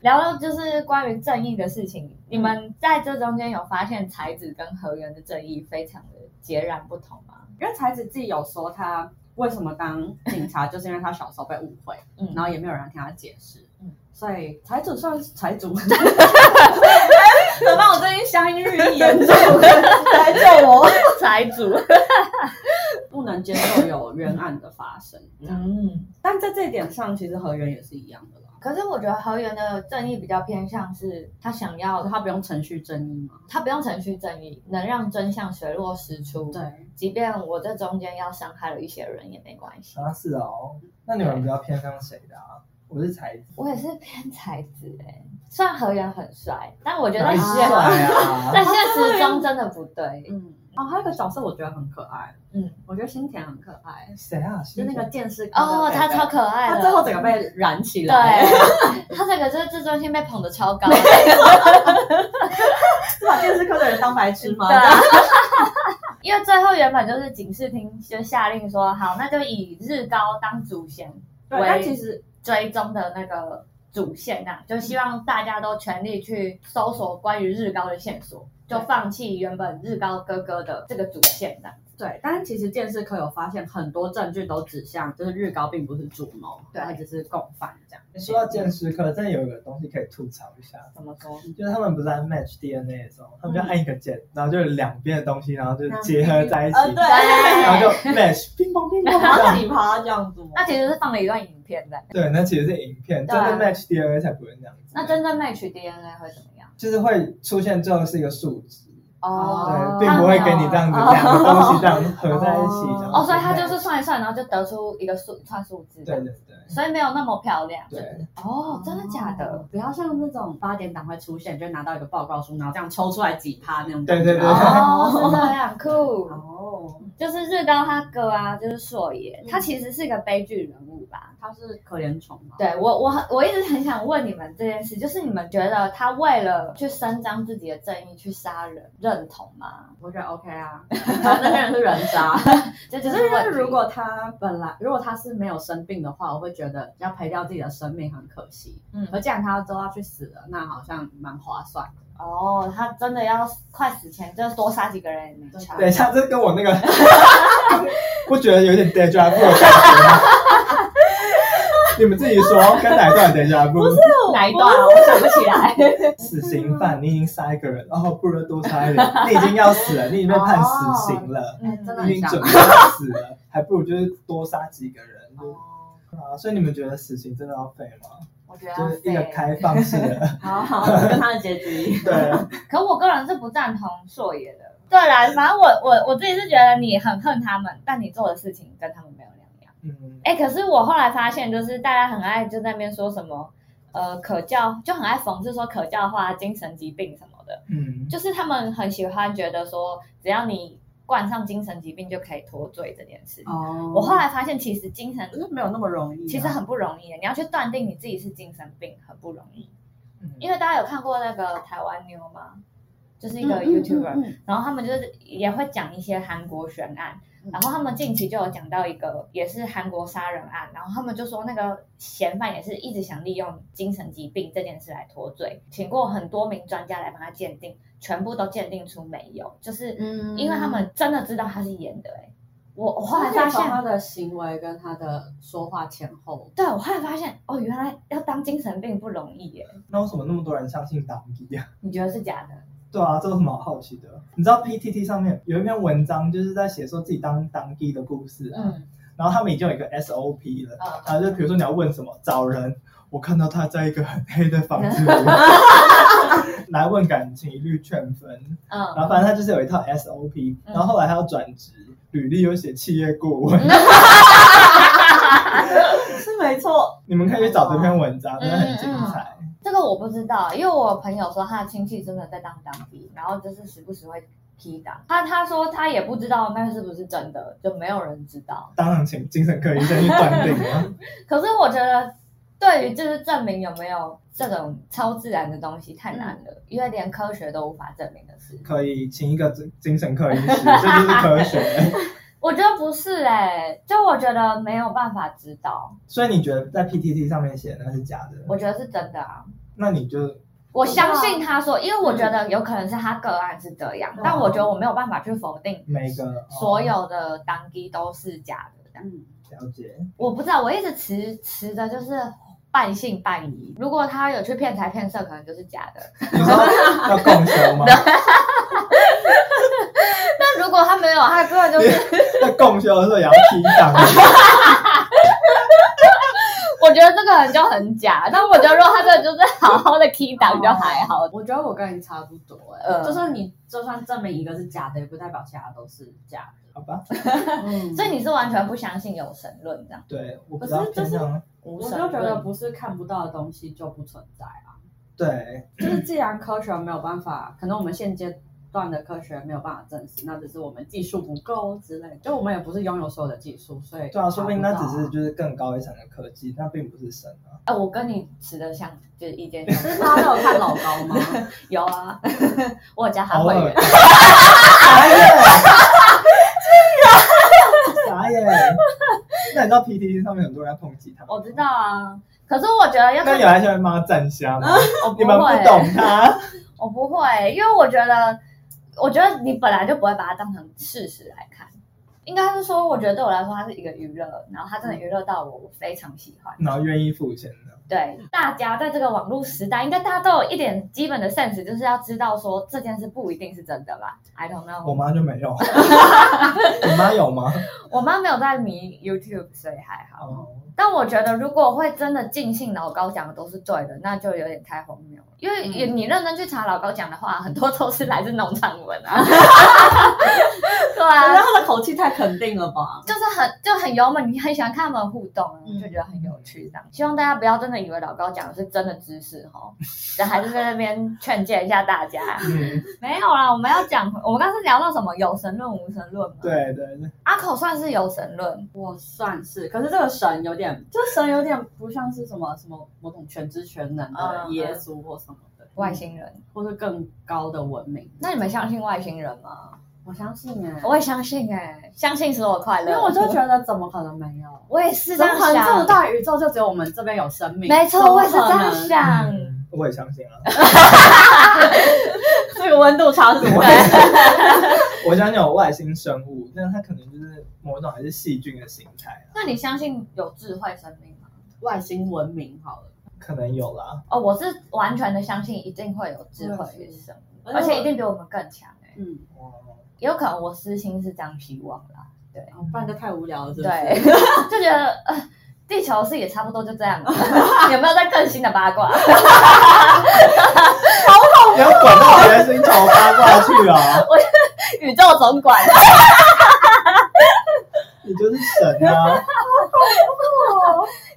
Speaker 4: 聊到就是关于正义的事情，你们在这中间有发现才子跟河源的正义非常的截然不同吗？
Speaker 3: 因为才子自己有说他为什么当警察，就是因为他小时候被误会，
Speaker 4: 嗯
Speaker 3: 然后也没有人听他解释，
Speaker 4: 嗯
Speaker 3: 所以才主算是才
Speaker 4: *laughs*
Speaker 3: 主。怎么办？我最近乡音日益严重，
Speaker 7: 来救我，
Speaker 4: 财主，
Speaker 3: 不能接受有冤案的发生。嗯，
Speaker 4: 嗯。
Speaker 3: 但在这一点上，其实河源也是一样的啦。
Speaker 4: *laughs* 可是我觉得河源的正义比较偏向是他想要
Speaker 3: 他不用程序正义嘛？
Speaker 4: 他不用程序正义，能让真相水落石出。，
Speaker 3: 对，
Speaker 4: 即便我这中间要伤害了一些人也没关系。
Speaker 5: 啊是哦，那你们比较偏向谁的啊？我是才子，
Speaker 4: 我也是偏才子哎、虽然河源很帅，但我觉得
Speaker 5: 哪
Speaker 4: 在
Speaker 5: 里
Speaker 3: 啊
Speaker 4: 现
Speaker 5: 帅
Speaker 3: *laughs*
Speaker 4: *laughs* 在
Speaker 5: 啊？
Speaker 4: 现实中真的不对。
Speaker 3: 嗯。哦，还有一个角色我觉得很可爱，
Speaker 4: 嗯，
Speaker 3: 我觉得新田很可爱，
Speaker 5: 谁啊？
Speaker 3: 就那个剑士
Speaker 4: 哦，他超可爱的，
Speaker 3: 他最后整个被燃起来，
Speaker 4: 对， *laughs* 他整个就是自尊心被捧得超高的，
Speaker 3: *laughs* 是把电视科的人当白痴吗？
Speaker 4: 对啊， *laughs* 因为最后原本就是警视厅就下令说，好，那就以日高当主嫌
Speaker 3: 对，但其
Speaker 4: 为
Speaker 3: 实
Speaker 4: 追踪的那个主线呐、就希望大家都全力去搜索关于日高的线索，就放弃原本日高哥哥的这个主线的、
Speaker 3: 对，但是其实鉴识科有发现很多证据都指向，就是日高并不是主谋，
Speaker 4: 对
Speaker 3: 他只是共犯这样。
Speaker 5: 说到剑师科，真的有一个东西可以吐槽一下，
Speaker 4: 怎么说？嗯
Speaker 5: 就是他们不是在 match DNA 的时候，他们就按一个键，然后就有两边的东西，然后就结合在一起，
Speaker 7: 呃对
Speaker 5: *laughs* 然后就 match 乒乓乒乓这
Speaker 7: 好
Speaker 4: 啊
Speaker 5: 样。
Speaker 7: 奇葩这样子吗？
Speaker 4: 那其实是放了一段影片的，
Speaker 5: 对，那其实是影片，
Speaker 4: 对
Speaker 5: 真
Speaker 4: 啊
Speaker 5: 的 match DNA 才不会那样子。
Speaker 4: 那真正 match DNA 会怎么样？
Speaker 5: 就是会出现最后是一个数值，
Speaker 4: 哦，
Speaker 5: 对，并不会跟你这样子两个东西这样合在一起，这样子
Speaker 4: 哦，所以他就是算一算，然后就得出一个数串数字，
Speaker 5: 对对对
Speaker 4: 所以没有那么漂亮。
Speaker 5: 对，
Speaker 4: 哦，真的假的？？
Speaker 3: 不要像那种八点档会出现，就拿到一个报告书，然后这样抽出来几趴那种。
Speaker 5: 对对对
Speaker 4: 哦，是这样，酷。
Speaker 3: 哦，
Speaker 4: 就是日高他哥啊，就是硕爷，他其实是个悲剧人物吧？
Speaker 3: 他是可怜虫嘛？
Speaker 4: 对我，我很我一直很想问你们这件事，就是你们觉得他为了去伸张自己的正义去杀人，认同吗？
Speaker 3: 我觉得 OK *laughs* 啊，反正那些人是人渣。
Speaker 4: 这就
Speaker 3: 只
Speaker 4: 是
Speaker 3: 是
Speaker 4: 问题
Speaker 3: 如果他本来如果他是没有生病的话，我会觉得要赔掉自己的生命很可惜。
Speaker 4: 嗯
Speaker 3: 而既然他都要去死了，那好像蛮划算的。
Speaker 4: 哦，他真的要快死前，就是多杀几个人也没差。
Speaker 5: 等一下，这跟我那个，不觉得有点 deja vu 的感觉吗？你们自己说跟哪一段 deja vu？
Speaker 4: 哪一段啊？我想不起来。
Speaker 5: 死刑犯，你已经杀一个人，然后不如多杀一点，你已经要死了，你已经被判死刑了，
Speaker 3: 哎真的
Speaker 5: 你
Speaker 3: 很
Speaker 5: 已经
Speaker 3: 像
Speaker 5: 准。备要死了，还不如就是多杀几个人。
Speaker 4: 哦
Speaker 5: 啊，所以你们觉得死刑真的要废吗？
Speaker 4: 我觉得
Speaker 5: 就是一
Speaker 4: 要
Speaker 5: 个
Speaker 4: 啊废
Speaker 5: 开放式的， *laughs*
Speaker 3: 好好，跟他的结 *laughs* 局。
Speaker 5: 对，啊
Speaker 4: 可我个人是不赞同硕爷的。对啦，反正我我我自己是觉得你很恨他们，但你做的事情跟他们没有两样。
Speaker 5: 嗯，
Speaker 4: 哎，可是我后来发现，就是大家很爱就在那边说什么，呃，可教就很爱讽刺说可教化、精神疾病什么的，
Speaker 5: 嗯，
Speaker 4: 就是他们很喜欢觉得说，只要你冠上精神疾病就可以脱罪这件事。
Speaker 3: 哦
Speaker 4: 我后来发现，其实精神嗯
Speaker 3: 就是没有那么容易啊。
Speaker 4: 其实很不容易的，你要去断定你自己是精神病很不容易，
Speaker 5: 嗯
Speaker 4: 因为大家有看过那个台湾妞吗？就是一
Speaker 3: 嗯
Speaker 4: 个
Speaker 3: 嗯
Speaker 4: YouTuber，、
Speaker 3: 嗯嗯
Speaker 4: 然后他们就是也会讲一些韩国悬案，
Speaker 3: 嗯
Speaker 4: 然后他们近期就有讲到一个也是韩国杀人案，然后他们就说那个嫌犯也是一直想利用精神疾病这件事来脱罪，请过很多名专家来帮他鉴定，全部都鉴定出没有，就是
Speaker 3: 嗯
Speaker 4: 因为他们真的知道他是演的、欸，我我后来
Speaker 3: 就是可
Speaker 4: 发
Speaker 3: 以
Speaker 4: 现
Speaker 3: 从他的行为跟他的说话前后，
Speaker 4: 对，我后来发现哦，原来要当精神病不容易耶。
Speaker 5: 那为什么那么多人相信党一啊？
Speaker 4: 你觉得是假的？嗯
Speaker 5: 对啊，这有什么好好奇的？你知道 PTT 上面有一篇文章，就是在写说自己当当地的故事啊，
Speaker 4: 嗯，
Speaker 5: 然后他们已经有一个 SOP 了，
Speaker 4: 嗯
Speaker 5: 然后就比如说你要问什么，找人，我看到他在一个很黑的房子
Speaker 4: *laughs*
Speaker 5: 里， *laughs* 来问感情一律劝分，然
Speaker 4: 嗯，
Speaker 5: 后反正他就是有一套 SOP，
Speaker 4: 嗯嗯
Speaker 5: 然后后来他要转职，履历有写企业顾问，
Speaker 3: 是没错。
Speaker 5: 你们可以去找这篇文章，
Speaker 4: 嗯
Speaker 5: 真的很精彩。
Speaker 4: 这个我不知道，因为我朋友说他的亲戚真的在当当兵，然后就是时不时会批档。他他说他也不知道那是不是真的，就没有人知道。
Speaker 5: 当然，请精神科医生去断定啊。
Speaker 4: *laughs* 可是我觉得，对于就是证明有没有这种超自然的东西太难了，因为连科学都无法证明的事。
Speaker 5: 可以请一个精精神科医师，这就是科学。
Speaker 4: 我觉得不是哎、就我觉得没有办法知道，
Speaker 5: 所以你觉得在 PTT 上面写的那是假的？
Speaker 4: 我觉得是真的啊。
Speaker 5: 那你就
Speaker 4: 我相信他说，因为我觉得有可能是他个案是这样，但我觉得我没有办法去否定
Speaker 5: 每个
Speaker 4: 所有的当机都是假的。
Speaker 3: 嗯，
Speaker 5: 哦了解，
Speaker 4: 我不知道，我一直持持的就是半信半疑。如果他有去骗财骗色，可能就是假的；
Speaker 5: 你说要共修吗？
Speaker 4: 但如果他没有，他根本就是
Speaker 5: *laughs* 在共修的时候也要批档，
Speaker 4: 我觉得这个人就很假。但我觉得如果他真的就是好好的 key 档就还好。
Speaker 3: 我觉得我跟你差不多、哎、
Speaker 4: 嗯
Speaker 3: 就是你就算证明一个是假的，也不代表其他都是假
Speaker 5: 好吧？
Speaker 3: 的。 *laughs* 嗯
Speaker 4: 所以你是完全不相信有神论这样？
Speaker 5: 对，我不知道
Speaker 3: 可是就
Speaker 5: 偏
Speaker 3: 是
Speaker 5: 向
Speaker 4: 无
Speaker 3: 我
Speaker 4: 神
Speaker 3: 就觉得
Speaker 4: 论
Speaker 3: 不是看不到的东西就不存在啊。
Speaker 5: 对，
Speaker 3: 就是既然科学没有办法，可能我们现阶段的科学没有办法证实，那只是我们技术不够之类的。就我们也不是拥有所有的技术，所以
Speaker 5: 对啊，说不定那只
Speaker 3: 查
Speaker 5: 是
Speaker 3: 不到
Speaker 5: 就是更高一层的科技，那并不是神
Speaker 4: *laughs*
Speaker 5: 啊。
Speaker 4: 哎、我跟你持的像就是意见相
Speaker 3: 可
Speaker 4: 左
Speaker 3: 是啊大家都有看老高
Speaker 5: *laughs*
Speaker 3: 吗？
Speaker 4: 有啊， *laughs* 我有加他
Speaker 5: 偶
Speaker 4: 会
Speaker 5: 尔
Speaker 4: 员。
Speaker 5: 傻眼， *laughs* 傻眼。那你知道 PTT 上面很多人在抨击他吗，
Speaker 4: 我知道啊，可是我觉得要
Speaker 5: 那
Speaker 4: 看
Speaker 5: 你还喜欢帮他站虾吗？
Speaker 4: 我不
Speaker 5: 你们不
Speaker 4: 会，
Speaker 5: 懂他。
Speaker 4: 我不会，因为我觉得，我觉得你本来就不会把它当成事实来看。应该
Speaker 5: 嗯
Speaker 4: 是说，我觉得对我来说，它是一个娱乐，然后它真的娱乐到我，我非常喜欢。
Speaker 5: 然后愿意付钱的。
Speaker 4: 对，大家在这个网络时代，应该大家都有一点基本的 sense，就是要知道说这件事不一定是真的吧？I don't know，
Speaker 5: 我妈就没 *laughs* 有，你妈有吗？
Speaker 4: 我妈没有在迷 YouTube，所以还好。
Speaker 5: 哦，
Speaker 4: 但我觉得，如果会真的尽信老高讲的都是对的，那就有点太荒谬了。因为也你认真去查老高讲的话，很多都是来自农场文 *laughs* 啊。对
Speaker 3: 可是
Speaker 4: 啊，
Speaker 3: 他的口气太肯定了吧？
Speaker 4: 就是很就很油门，你很喜欢看他们互动啊，就觉得很有趣这样。希望大家不要真的以为老高讲的是真的知识哦，但还是在那边劝诫一下大家。
Speaker 5: 嗯，
Speaker 4: *laughs* 没有啦，我们要讲，我们刚才聊到什么有神论、无神论嘛？，
Speaker 5: 对对对，
Speaker 4: 阿口算是有神论，
Speaker 3: 我算是，可是这个神有点，这神有点不像是什么什么某种全知全能的
Speaker 4: 嗯
Speaker 3: 耶稣或什么的
Speaker 4: 外，星人。
Speaker 3: 或是更高的文明。
Speaker 4: 那你们相信外星人吗？
Speaker 3: 我相信哎，
Speaker 4: 我也相信哎、相信使我快
Speaker 3: 因
Speaker 4: 乐。
Speaker 3: 为我就觉得怎么可能没有？
Speaker 4: 我也是
Speaker 3: 怎
Speaker 4: 这
Speaker 3: 么可能
Speaker 4: 样
Speaker 3: 这么
Speaker 4: 想，啊
Speaker 3: 大宇宙就只有我们这边有生命？
Speaker 4: 没
Speaker 3: 怎
Speaker 4: 错，
Speaker 3: 么
Speaker 4: 我也是这
Speaker 3: 可
Speaker 4: 样
Speaker 3: 能。
Speaker 4: 想。
Speaker 5: 我也相信啊。
Speaker 3: 这个温度差是
Speaker 4: *laughs*
Speaker 3: 怎么回事？
Speaker 4: 对，
Speaker 5: 我相信有外星生物，但它可能就是某种还是细菌的形态啊，
Speaker 4: 那你相信有智慧生命吗？
Speaker 3: 外星文明好了，
Speaker 5: 可能有啦。
Speaker 4: 哦，我是完全的相信一定会有智慧的生命，
Speaker 3: 我也是
Speaker 4: 而且一定比我们更强哎、
Speaker 3: 嗯，
Speaker 5: 哦
Speaker 4: 也有可能我私心是这样希望啦。
Speaker 3: 哦不然就太无聊了，是不是？
Speaker 4: 对， *laughs* 就觉得呃，地球是也差不多就这 *laughs* 样了，有没有再更新的八卦？ *laughs*
Speaker 5: 你要管到我的心头八卦去啊！
Speaker 4: 宇宙总管，
Speaker 5: 你就是神啊！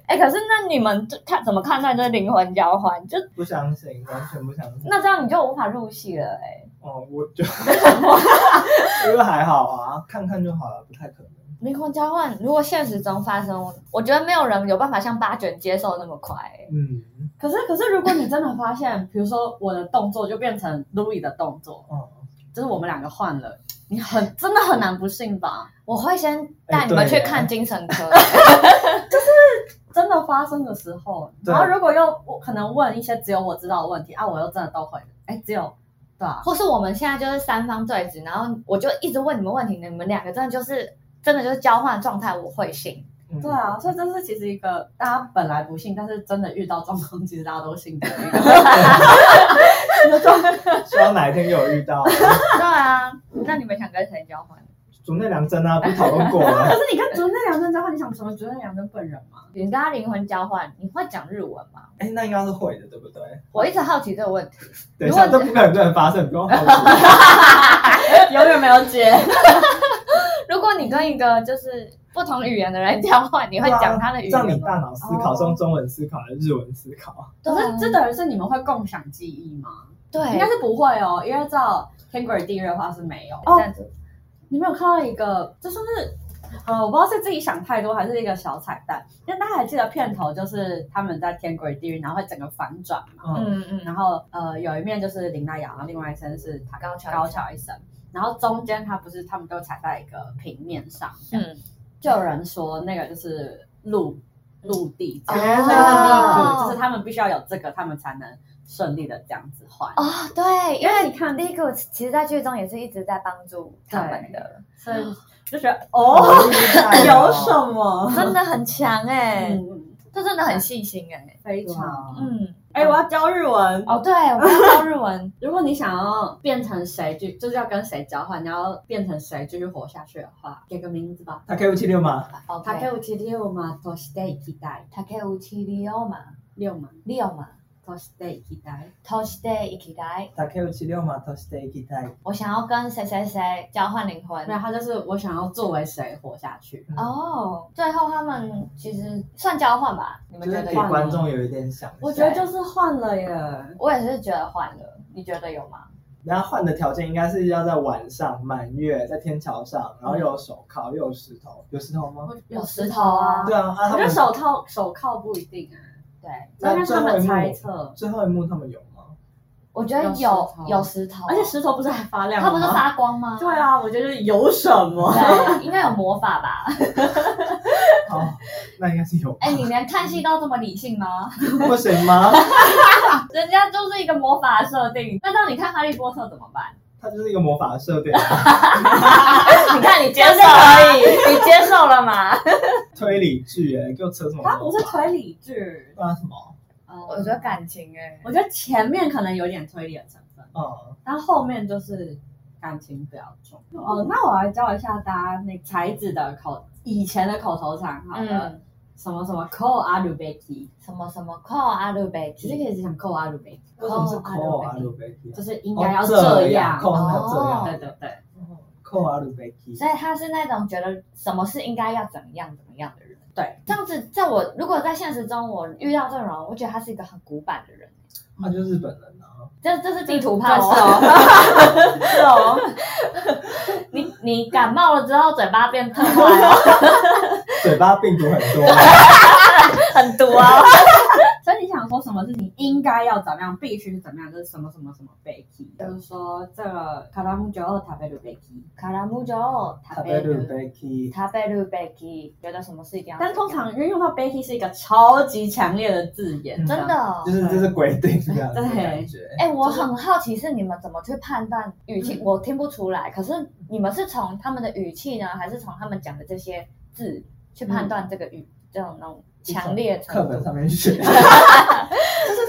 Speaker 4: 哎、可是那你们就看怎么看待这灵魂交换？就
Speaker 5: 不相信，完全不相信。
Speaker 4: 那这样你就无法入戏了哎、
Speaker 5: 哦，我就因为还好啊，看看就好了，不太可能。
Speaker 4: 灵魂交换，如果现实中发生，我觉得没有人有办法像八卷接受那么快、欸
Speaker 5: 嗯，
Speaker 3: *laughs* 可是，可是，如果你真的发现，比如说我的动作就变成 Louis 的动作，
Speaker 5: 哦，
Speaker 3: 就是我们两个换了，你很真的很难不信吧？
Speaker 4: 我会先带你
Speaker 5: 哎
Speaker 4: 们
Speaker 5: 对
Speaker 4: 去
Speaker 5: 耶
Speaker 4: 看精神
Speaker 5: *laughs*
Speaker 4: 科，
Speaker 3: 真的发生的时候，
Speaker 5: 对
Speaker 3: 然后如果又我可能问一些只有我知道的问题啊，我又真的都会，哎，只有对
Speaker 4: *laughs*
Speaker 3: 啊，
Speaker 4: 或是我们现在就是三方对峙，然后我就一直问你们问题，你们两个真的就是真的就是交换状态，我会
Speaker 5: *laughs*
Speaker 4: 信。
Speaker 5: 嗯
Speaker 3: 对啊，所以这是其实一个大家本来不信，但是真的遇到状况，其实大家都信的一个。
Speaker 5: 希望哪一天有遇到。
Speaker 4: 对啊，那你们想跟谁交换？
Speaker 5: *laughs* 竹内良真啊，不是讨论过吗
Speaker 3: 可？
Speaker 5: *laughs*
Speaker 3: 是你看竹内良真的话，你想什么？竹内良真本人吗？
Speaker 4: 你跟他灵魂交换，你会讲日文吗？
Speaker 5: 哎，那应该是会的，对不对？
Speaker 4: 我一直好奇这个问题。
Speaker 5: 等一下，
Speaker 4: 如
Speaker 5: 这
Speaker 4: 果
Speaker 5: 不可能真的发生，不用好奇。
Speaker 3: 永远没有解。
Speaker 4: 如果你跟一个就是不同语言的人交换，你会讲他的语
Speaker 5: 让你
Speaker 4: 言吗？
Speaker 5: 大脑思考，是用中文思考还是日文思考？
Speaker 4: 对啊哎
Speaker 3: 可是这等于是你们会共享记忆吗？应该
Speaker 4: 对，
Speaker 3: 是不会哦，因为照天鬼地狱的话是没有。
Speaker 4: 这样子
Speaker 3: 你没有看到一个，就算是呃，我不知道是自己想太多还是一个小彩蛋，因为大家还记得片头就是他们在天鬼地狱，然后会整个反转嘛。
Speaker 5: 嗯，
Speaker 4: 嗯嗯，
Speaker 3: 然后呃，有一面就是林奈雅，然后另外一声是他
Speaker 4: 高桥一生
Speaker 3: 高桥一生，然后中间他不是他们都踩在一个平面上，
Speaker 4: 嗯，
Speaker 3: 就有人说那个就是陆陆地，
Speaker 4: 哦
Speaker 3: 那个是地谷，就是他们必须要有这个，他们才能顺利的这样子换。
Speaker 4: 哦，对，因
Speaker 3: 因为
Speaker 4: 为
Speaker 3: 你看
Speaker 4: l i g o 其实，在剧中也是一直在帮助他们的，
Speaker 3: 所以就觉得哦，
Speaker 5: 好厉害哦
Speaker 3: 有什么？
Speaker 4: 真的很强哎、
Speaker 3: 嗯，
Speaker 4: 这真的很细心哎、
Speaker 3: 非
Speaker 5: 对
Speaker 3: 常。
Speaker 5: 啊
Speaker 4: 嗯，
Speaker 3: 哎、我要教日文
Speaker 4: 哦，对，我们要教日文
Speaker 3: 如果你想要变成谁，就就是要跟谁交换，你要变成谁继续活下去的话，给个名字吧。
Speaker 5: 他 K 五七六吗？
Speaker 3: 他给
Speaker 4: ，OK，
Speaker 3: 我提六嘛，としていきたい。
Speaker 4: 他给五七六嘛，
Speaker 3: 六嘛，
Speaker 4: 六嘛，
Speaker 3: としていきたい。
Speaker 4: として一起来，
Speaker 5: 他 K 五七六吗？都是 day g i
Speaker 4: 我想要跟谁谁谁交换灵魂
Speaker 3: 没。有，他就是我想要作为谁活下去。
Speaker 4: 哦，最后他们其实算交换吧？你们
Speaker 5: 就
Speaker 4: 觉
Speaker 5: 是
Speaker 4: 得
Speaker 5: 给
Speaker 4: 有吗
Speaker 5: 观众有一点想象。
Speaker 3: 我觉得就是换了耶，
Speaker 4: 我也是觉得换了，你觉得有吗？
Speaker 5: 然后换的条件应该是要在晚上满月，在天桥上，然后又有手铐，又有石头，有石头吗？
Speaker 4: 有石头啊
Speaker 5: 对啊，啊
Speaker 3: 我
Speaker 5: 他
Speaker 3: 觉得
Speaker 5: 们
Speaker 3: 手铐手铐不一定啊，
Speaker 4: 对，
Speaker 3: 这应
Speaker 5: 那
Speaker 3: 该是
Speaker 5: 最
Speaker 3: 他
Speaker 5: 后一
Speaker 3: 们猜
Speaker 5: 幕，
Speaker 3: 测。
Speaker 5: 最后一幕他们有吗？
Speaker 4: 我觉得
Speaker 3: 有石
Speaker 4: 有
Speaker 3: 头
Speaker 4: 有石头，
Speaker 3: 而且石头哦不是还发亮
Speaker 4: 它
Speaker 3: 吗？
Speaker 4: 不是发光吗？
Speaker 3: 对啊，我觉得有哦什么？
Speaker 4: 对，应该有魔法吧？ *laughs*
Speaker 5: 哦，那应该是有，
Speaker 4: 哎、你连看戏都这么理性吗？ *laughs*
Speaker 5: 不行吗？
Speaker 4: 人家就是一个魔法设定，那让你看《哈利波特》怎么办？
Speaker 5: 它就是一个魔法设
Speaker 4: *laughs*
Speaker 5: 定，
Speaker 4: 你看你接受了， *laughs* 你接受了吗？ *laughs*
Speaker 5: 推理剧哎，给我扯什么魔法？
Speaker 3: 它不是推理剧，
Speaker 5: 不然什么？
Speaker 4: 哦
Speaker 8: 我觉得感情
Speaker 4: 欸
Speaker 8: 哎、
Speaker 3: 我觉得前面可能有点推理的成分，
Speaker 5: 嗯，
Speaker 3: 但后面就是感情比较重。哦，那我来教一下大家那才子的口以前的口头禅，好了，
Speaker 4: 嗯，
Speaker 3: 什么什么 call 阿鲁贝基，
Speaker 4: 什么什么 call 阿鲁贝
Speaker 3: 其实可
Speaker 4: 基，
Speaker 3: 以只想 call 阿鲁贝基，
Speaker 5: 为什么是
Speaker 4: Call
Speaker 5: call 阿
Speaker 4: Arabic
Speaker 5: 鲁贝基啊？
Speaker 3: 就是应该要
Speaker 5: 哦这
Speaker 3: 样。
Speaker 5: ，call 还有这
Speaker 4: 哦
Speaker 5: 样
Speaker 3: 对对对，
Speaker 5: 哦，call 阿鲁贝基
Speaker 4: 所，以嗯他是那种觉得什么事应该要怎么样怎么样的人。
Speaker 3: 对，
Speaker 4: 这样子，在我如果在现实中我遇到这种人，我觉得他是一个很古板的人。
Speaker 5: 他就日本人啊，
Speaker 4: 这这是地图
Speaker 3: 不
Speaker 4: 炮哦！
Speaker 3: 哦，是哦，
Speaker 4: *laughs* 你你感冒了之后嘴巴变特坏了，
Speaker 5: 嘴巴病毒很多，
Speaker 2: 很毒啊！
Speaker 3: 所以你想说什么事情应该要怎么样，必须是怎么样，就是什么什么什么 b a k y 就是说这个卡拉姆酒后塔贝鲁 b a k y
Speaker 4: 卡拉姆酒，
Speaker 5: 他被鲁贝基，
Speaker 4: 他被绿贝基，觉得什么事一定要。
Speaker 3: 但通常因为用到 b a k y 是一个超级强烈的字眼，
Speaker 5: 嗯
Speaker 4: 真的哦
Speaker 5: 就，是这是规定这样子的感觉。
Speaker 4: 哎、我很好奇是你们怎么去判断语
Speaker 3: 嗯
Speaker 4: 气，我听不出来。可是你们是从他们的语气呢，还是从他们讲的这些字去判断这个语、这种那种强烈
Speaker 5: 课
Speaker 4: 程
Speaker 5: 本
Speaker 4: 度？
Speaker 5: 上面写，
Speaker 3: 就是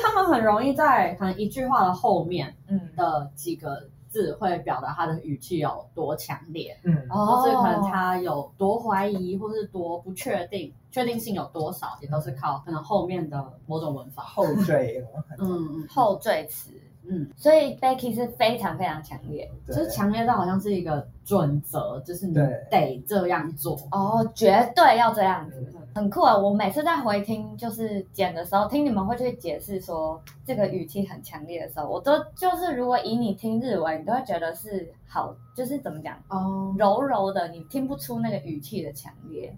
Speaker 3: 他们很容易在可能一句话的后面
Speaker 4: 嗯，
Speaker 3: 的几个字会表达他的语气有多强烈，
Speaker 5: 嗯，
Speaker 4: 哦
Speaker 3: 或是可能他有多怀疑，或是多不确定，确定性有多少，也都是靠可能后面的某种文法。
Speaker 5: 后缀，
Speaker 3: 嗯，嗯
Speaker 4: 后缀词，
Speaker 3: 嗯，
Speaker 4: 所以 Becky 是非常非常强烈
Speaker 5: 对
Speaker 3: 就是强烈到好像是一个准则，就是你
Speaker 5: 对
Speaker 3: 得这样做。
Speaker 4: 哦，绝对要这样子，
Speaker 5: 嗯
Speaker 4: 很酷啊！我每次在回听就是剪的时候，听你们会去解释说这个语气很强烈的时候，我都就是如果以你听日文，你都会觉得是好，就是怎么讲？
Speaker 3: 哦，
Speaker 4: 柔柔的，你听不出那个语气的强烈。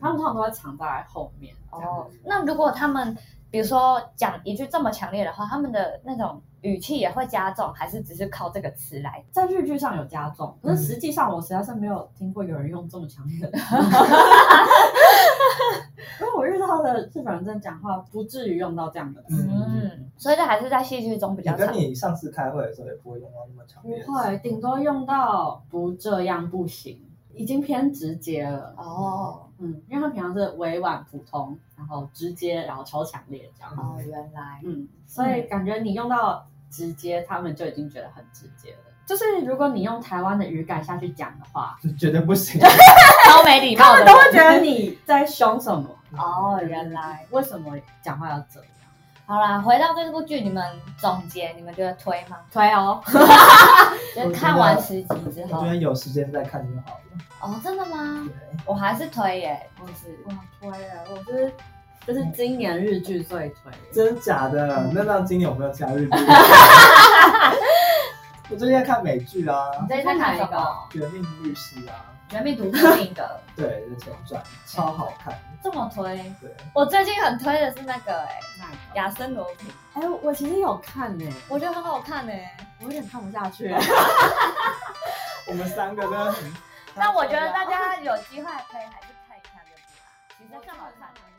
Speaker 3: 他们通常都会藏在后面。这样
Speaker 4: 哦，那如果他们比如说讲一句这么强烈的话，他们的那种语气也会加重，还是只是靠这个词来？
Speaker 3: 在日剧上有加重，
Speaker 5: 嗯
Speaker 3: 可是实际上我实在是没有听过有人用这么强烈的。 *laughs* 因为我遇到的日本人在讲话，不至于用到这样的词，
Speaker 5: 嗯，
Speaker 4: 嗯，所以这还是在戏剧中比
Speaker 5: 你
Speaker 4: 较
Speaker 5: 跟
Speaker 4: 常。
Speaker 5: 你上次开会的时候也不会用到那么嗯强
Speaker 3: 不
Speaker 5: 烈的词，
Speaker 3: 会，顶多用到不这样不行，已经偏直接了。
Speaker 4: 哦
Speaker 3: 嗯，因为他平常是委婉普通，然后直接，然后超强烈这样。
Speaker 4: 哦，原来
Speaker 3: 嗯，所以感觉你用到直接，他们就已经觉得很直接了。就是如果你用台湾的语感下去讲的话，
Speaker 5: 绝对不行。
Speaker 4: 超没礼貌
Speaker 3: 他
Speaker 4: 的
Speaker 3: 们都啊会觉得你在凶什么。
Speaker 5: 嗯
Speaker 4: 哦，原来。
Speaker 3: 为什么讲话要这样？
Speaker 4: 好啦，回到这部剧，你们总结，你们觉得推吗？
Speaker 3: 推哦，
Speaker 4: *laughs* 就是看完十集之
Speaker 5: 我
Speaker 4: 后
Speaker 5: 觉，得有时间再看就好了。
Speaker 4: 哦，真的吗
Speaker 5: 对？，
Speaker 4: 我还是推耶，就是
Speaker 3: 我推啊，我是这是今年日剧最推的。
Speaker 5: 真假的？那到今年有没有加日剧？我最近在看美剧啊，
Speaker 4: 你最近在看什么
Speaker 5: 《绝命律师》啊，
Speaker 4: 《绝命毒师》另一个
Speaker 5: 对，的前传超好看。
Speaker 4: *laughs* 这么推？
Speaker 5: 对，
Speaker 4: 我最近很推的是那个哎、亚森罗平，
Speaker 3: 哎、我其实有看呢、
Speaker 4: 我觉得很好看哎、
Speaker 3: 我有点看不下去、
Speaker 5: 我们三个真的很。
Speaker 4: 但我觉得大家有机会可以还是看一下这部啊，其实是好看的。